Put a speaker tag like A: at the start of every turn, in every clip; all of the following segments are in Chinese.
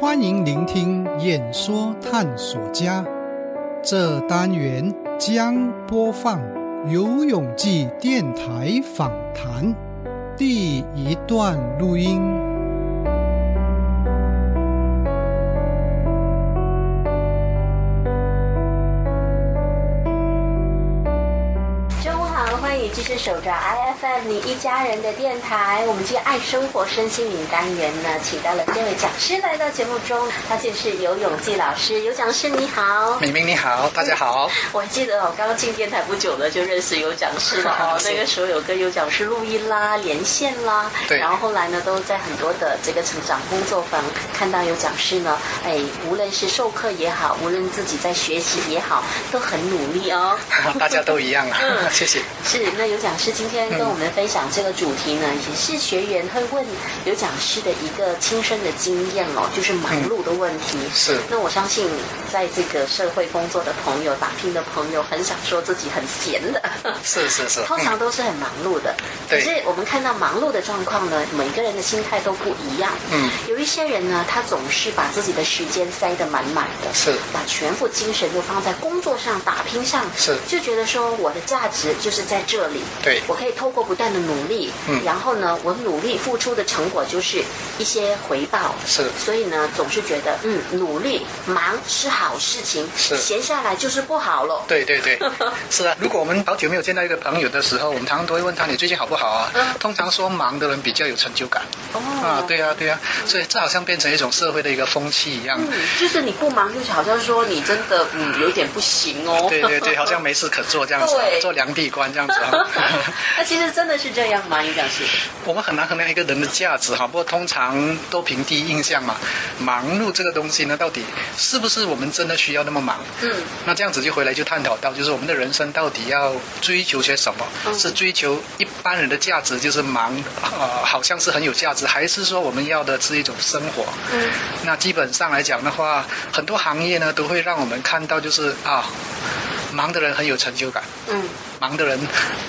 A: 欢迎聆听《演说探索家》，这单元将播放游泳记电台访谈第一段录音。
B: 中午好，欢迎继续守着 IFM 你一家人的电台。我们今天爱生活身心灵单元呢，请到了这位讲师来到节目中，他就是游泳记老师。游讲师你好，
C: 明明你好，大家好。。
B: 我记得我刚进电台不久呢，就认识游讲师了哦
C: 是
B: 那个时候有跟游讲师录音啦、连线啦，
C: 对
B: 然后后来呢，都在很多的这个成长工作坊看到有讲师呢，哎，无论是授课也好，无论自己在学习也好，都很努力哦。
C: 大家都一样啊，
B: 嗯
C: 谢谢。
B: 是，那有讲师今天跟我们分享这个主题呢，也是学员会问有讲师的一个亲身的经验哦，就是忙
C: 嗯
B: 碌的问题。
C: 是
B: 那我相信，在这个社会工作的朋友、打拼的朋友，很少说自己很闲的，
C: 是是是，
B: 通常都是很忙碌的。可
C: 嗯对
B: 是我们看到忙碌的状况呢，每个人的心态都不一样。
C: 嗯，
B: 有一些人呢，他总是把自己的时间塞得满满的，
C: 是
B: 把全副精神都放在工作上、打拼上，
C: 是
B: 就觉得说我的价值就是在这里，
C: 对
B: 我可以透过不断的努力，
C: 嗯
B: 然后呢，我努力付出的成果就是一些回报，
C: 是
B: 所以呢，总是觉得嗯，努力忙是好事情，
C: 是
B: 闲下来就是不好了，
C: 对对 对，是啊。如果我们好久没有见到一个朋友的时候，我们常常都会问他你最近好不好啊
B: 嗯？
C: 通常说忙的人比较有成就感
B: 哦
C: 啊，，对啊对啊，所以这好像变成一种社会的一个风气一样。
B: 嗯，就是你不忙，就是好像说你真的嗯有点不行哦，
C: 对对对，好像没事可做这样子啊
B: 对，
C: 做梁闭关这样子啊。
B: 那其实真的是这样吗？应该是
C: 我们很难衡量一个人的价值哈，不过通常都凭第一印象嘛。忙碌这个东西呢，到底是不是我们真的需要那么忙？
B: 嗯，
C: 那这样子就回来就探讨到，就是我们的人生到底要追求些什么？
B: 嗯
C: 是追求一般人的价值，就是忙，呃，好像是很有价值，还是说我们要的是一种生活？
B: 嗯，
C: 那基本上来讲的话，很多行业呢都会让我们看到，就是啊，忙的人很有成就感。
B: 嗯，
C: 忙的人，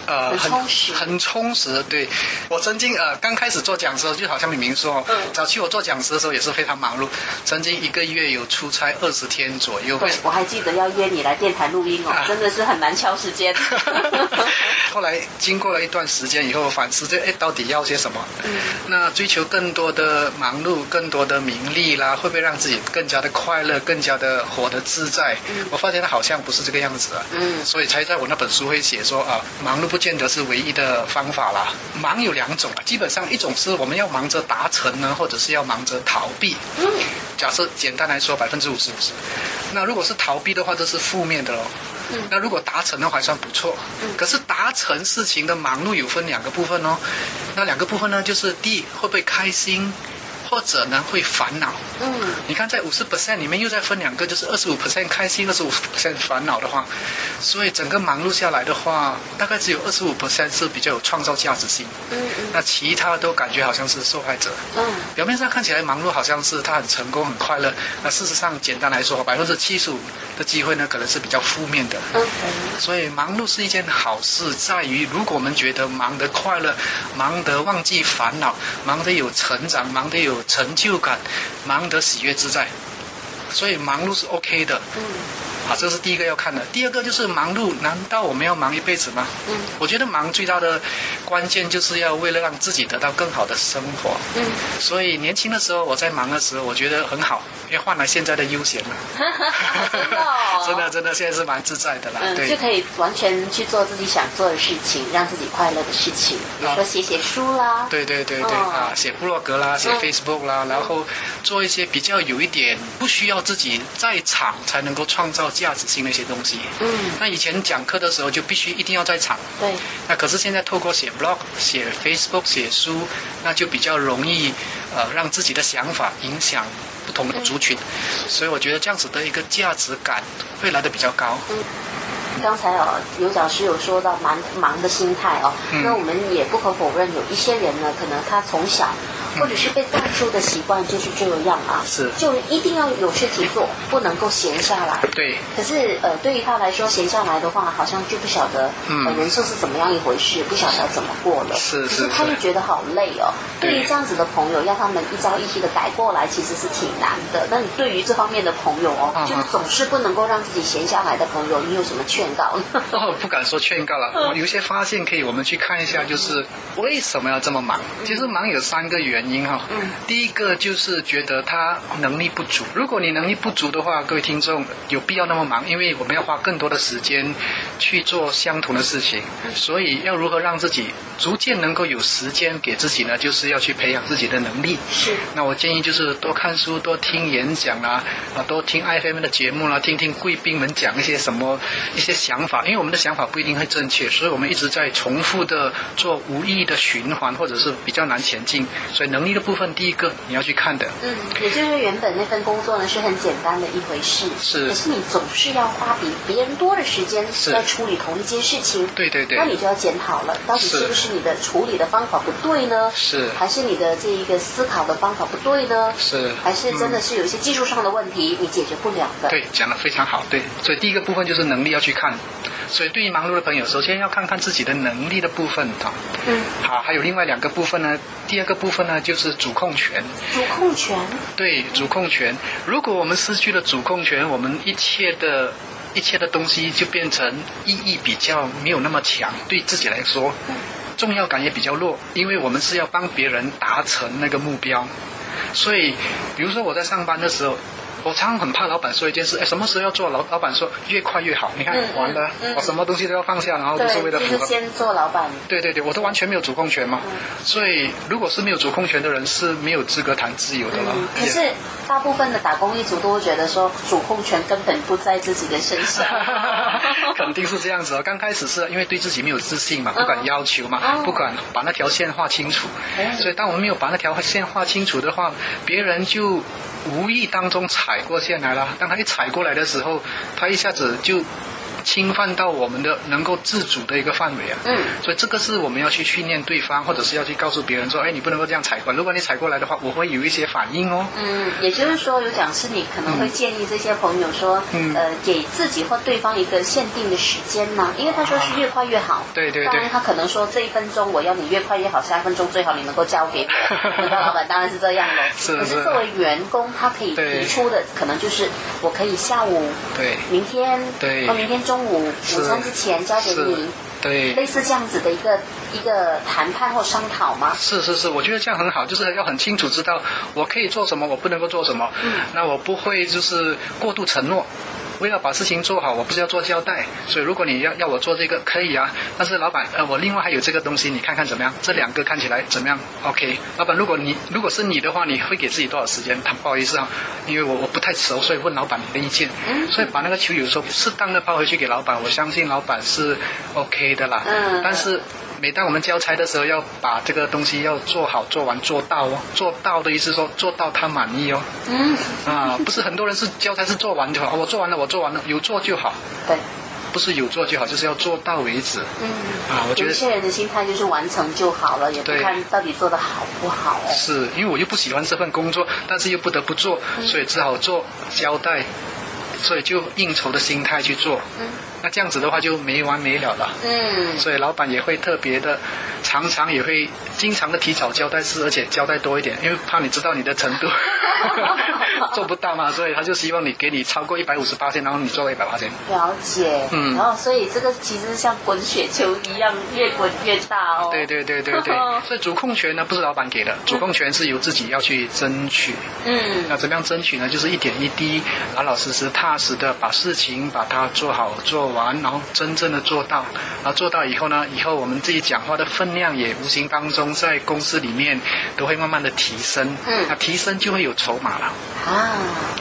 C: 呃，
B: 很充实
C: 很充实。对我曾经呃刚开始做讲师，就好像你明说，
B: 嗯
C: 早期我做讲师的时候也是非常忙碌，曾经一个月有出差二十天左右。
B: 对，我还记得要约你来电台录音哦，
C: 啊
B: 真的是很难敲时 间。
C: 后来经过了一段时间以后，反思这哎到底要些什么？那追求更多的忙碌、更多的名利啦，会不会让自己更加的快乐、更加的活得自在？我发现好像不是这个样子啊。
B: 嗯
C: 所以才在我那本书会写说啊，忙碌不见得是唯一的方法啦。忙有两种啊，基本上一种是我们要忙着达成呢，或者是要忙着逃避。
B: 嗯
C: 假设简单来说，百分之五十五十。那如果是逃避的话，这是负面的喽。
B: 嗯
C: 那如果达成的话，还算不错。
B: 嗯
C: 可是达成事情的忙碌有分两个部分哦。那两个部分呢，就是第一会不会开心，或者呢会烦恼。
B: 嗯，
C: 你看，在五十 percent 里面又再分两个，就是二十五 percent 开心，二十五 percent 烦恼的话，所以整个忙碌下来的话，大概只有二十五 percent 是比较有创造价值性，
B: 嗯嗯
C: 那其他都感觉好像是受害者。
B: 嗯
C: 表面上看起来忙碌好像是他很成功很快乐，那事实上简单来说，百分之七十五的机会呢，可能是比较负面的。
B: 嗯，
C: 所以忙碌是一件好事，在于如果我们觉得忙得快乐，忙得忘记烦恼，忙得有成长，忙得有成就感，忙得喜悦自在，所以忙碌是 OK 的。
B: 嗯
C: 啊，这是第一个要看的。第二个就是忙碌，难道我们要忙一辈子吗？
B: 嗯
C: 我觉得忙最大的关键就是要为了让自己得到更好的生活。
B: 嗯，
C: 所以年轻的时候我在忙的时候，我觉得很好，因为换来现在的悠闲了。
B: 真的哦
C: 真的真的现在是蛮自在的啦。
B: 嗯，
C: 对，
B: 就可以完全去做自己想做的事情，让自己快乐的事情，比如说写写书啦。
C: 对对对对、
B: 哦
C: 啊，写部落格啦，写
B: 嗯
C: Facebook 啦，然后做一些比较有一点不需要自己在场才能够创造价值性的一些东西。
B: 嗯，
C: 那以前讲课的时候就必须一定要在场，
B: 对，
C: 那可是现在透过写 blog、写 Facebook、写书，那就比较容易呃让自己的想法影响不同的族群，所以我觉得这样子的一个价值感会来的比较高。
B: 刚才哦，有讲师有说到忙忙的心态哦，
C: 嗯
B: 那我们也不可否认，有一些人呢，可能他从小或者是被灌输的习惯就是这样啊，
C: 嗯是
B: 就是一定要有事情做，不能够闲下来。
C: 对，
B: 可是呃，对于他来说，闲下来的话，好像就不晓得、
C: 嗯
B: 呃人生是怎么样一回事，不晓得要怎么过了。
C: 是
B: 可
C: 是
B: 是他
C: 是
B: 又觉得好累哦。
C: 对
B: 对于这样子的朋友，要他们一朝一夕的改过来，其实是挺难的。那你对于这方面的朋友哦，
C: 嗯
B: 就是总是不能够让自己闲下来的朋友，你有什么劝告 呢？
C: 哦，不敢说劝告了，我有些发现可以我们去看一下，就是为什么要这么忙？其实忙有三个原因哈、
B: 嗯
C: 第一个就是觉得他能力不足，如果你能力不足的话，各位听众有必要那么忙，因为我们要花更多的时间去做相同的事情，所以要如何让自己逐渐能够有时间给自己呢？就是要去培养自己的能力。
B: 是
C: 那我建议就是多看书、多听演讲啦，啊，多听 IFM 的节目啦，啊听听贵宾们讲一些什么一些想法，因为我们的想法不一定会正确，所以我们一直在重复的做无意义的循环，或者是比较难前进。所以能力的部分，第一个你要去看的，
B: 嗯，也就是原本那份工作呢是很简单的一回事，
C: 是
B: 可是你总是要花比别人多的时间
C: 是
B: 在处理同一件事情，
C: 对对对
B: 那，你就要检讨了，到底
C: 是
B: 是不是你的处理的方法不对呢？
C: 是
B: 还是你的这一个思考的方法不对呢？
C: 是
B: 还是真的是有一些技术上的问题你解决不了的？
C: 嗯对，讲的非常好。对，所以第一个部分就是能力要去看。所以对于忙碌的朋友，首先要看看自己的能力的部分啊。
B: 嗯，
C: 好，还有另外两个部分呢。第二个部分呢，就是主控权。
B: 主控权
C: 对主控权，如果我们失去了主控权，我们一切的。一切的东西就变成意义比较没有那么强，对自己来说，重要感也比较弱，因为我们是要帮别人达成那个目标。所以，比如说我在上班的时候，我常常很怕老板说一件事，哎，什么时候要做？老老板说越快越好。你看，
B: 嗯嗯
C: 完了，
B: 嗯
C: 我什么东西都要放下，然后哦都是
B: 对，
C: 为了符
B: 就是
C: 合
B: 先嗯做老板。
C: 对对对，我都完全没有主控权嘛，所以如果是没有主控权的人是没有资格谈自由的了。。
B: 嗯，可是大部分的打工一族都会觉得说，主控权根本不在自己的身上
C: 肯定是这样子哦。刚开始是因为对自己没有自信嘛，
B: 嗯
C: 不敢要求嘛，
B: 哦
C: 不敢把那条线画清楚。
B: 哎
C: 所以当我们没有把那条线画清楚的话，别人就无意当中踩过线来了。当他一踩过来的时候，他一下子就侵犯到我们的能够自主的一个范围啊。
B: 嗯
C: 所以这个是我们要去训练对方，或者是要去告诉别人说，哎，你不能够这样踩过来。如果你踩过来的话，我会有一些反应哦。
B: 嗯，也就是说，有讲师你可能会建议这些朋友说，
C: 嗯
B: 呃，给自己或对方一个限定的时间呢、因为他说是越快越好。
C: 啊对对对
B: 当然，他可能说这一分钟我要你越快越好，下一分钟最好你能够交给我。 那当老板当然是这样了。
C: 是
B: 可
C: 是
B: 是作为员工，他可以
C: 对
B: 提出的可能就是，我可以下午、
C: 对
B: 明天、
C: 对
B: 或明天中午
C: 是
B: 午餐之前交给
C: 是
B: 你，，
C: 对。
B: 类似这样子的一个一个谈判或商讨吗？
C: 是是是，我觉得这样很好，就是要很清楚知道我可以做什么，我不能够做什么。
B: 嗯
C: 那我不会就是过度承诺。为了把事情做好，我不是要做交代，所以如果你要要我做这个可以啊，但是老板，呃，我另外还有这个东西，你看看怎么样？这两个看起来怎么样？OK，老板，如果你如果是你的话，你会给自己多少时间？他不好意思啊，因为我我不太熟，所以问老板你的意见。
B: 嗯
C: 所以把那个球有时候适当的抛回去给老板，我相信老板是 OK 的啦。
B: 嗯
C: 但是每当我们交差的时候，要把这个东西要做好、做完、做到哦。做到的意思说做到他满意哦。
B: 嗯，
C: 啊，不是很多人是交差是做完就好，哦我做完了，我做完了，有做就好，
B: 对，
C: 不是有做就好，就是要做到为止
B: 嗯。
C: 啊。我觉
B: 有一
C: 得
B: 些人的心态就是完成就好了，也不
C: 对
B: 看到底做的好不好哦。
C: 是因为我又不喜欢这份工作，但是又不得不做，
B: 嗯
C: 所以只好做交代，所以就应酬的心态去做。
B: 嗯
C: 那这样子的话就没完没了了。
B: 嗯，
C: 所以老板也会特别的，常常也会经常的提早交代事，而且交代多一点，因为怕你知道你的程度 做不到嘛，所以他就希望你给你超过一百五十八千，然后你做到一百八千。
B: 了解。
C: 嗯
B: 然后所以这个其实像滚雪球一样，越滚越大哦。
C: 对。对对对对，所以主控权呢不是老板给的，主控权是由自己要去争取。
B: 嗯
C: 那怎么样争取呢？就是一点一滴，老老实实、踏实的把事情把它做好、做完，然后真正的做到。然后做到以后呢，以后我们自己讲话的分量也无形当中在公司里面都会慢慢的提升。
B: 嗯
C: 那提升就会有筹码了。
B: 啊。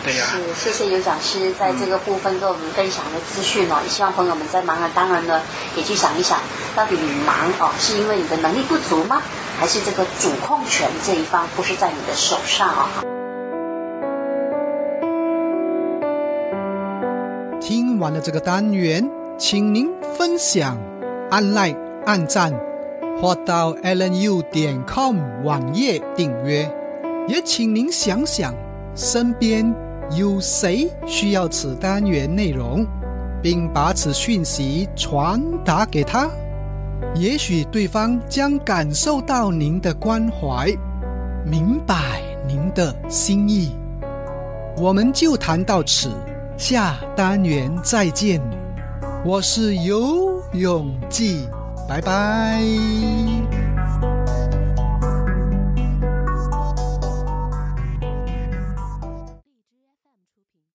C: 对呀嗯
B: 是，谢谢尤讲师在这个部分跟我们分享的资讯哦，也希望朋友们在忙的当然呢，也去想一想，到底你忙哦，是因为你的能力不足吗？还是这个主控权这一方不是在你的手上哦？
A: 听完了这个单元，请您分享、按 like、按赞，或到 lnu 点 com 网页订阅。也请您想想，身边有谁需要此单元内容，并把此讯息传达给他。也许对方将感受到您的关怀，明白您的心意。我们就谈到此，下单元再见。我是游泳记，拜拜。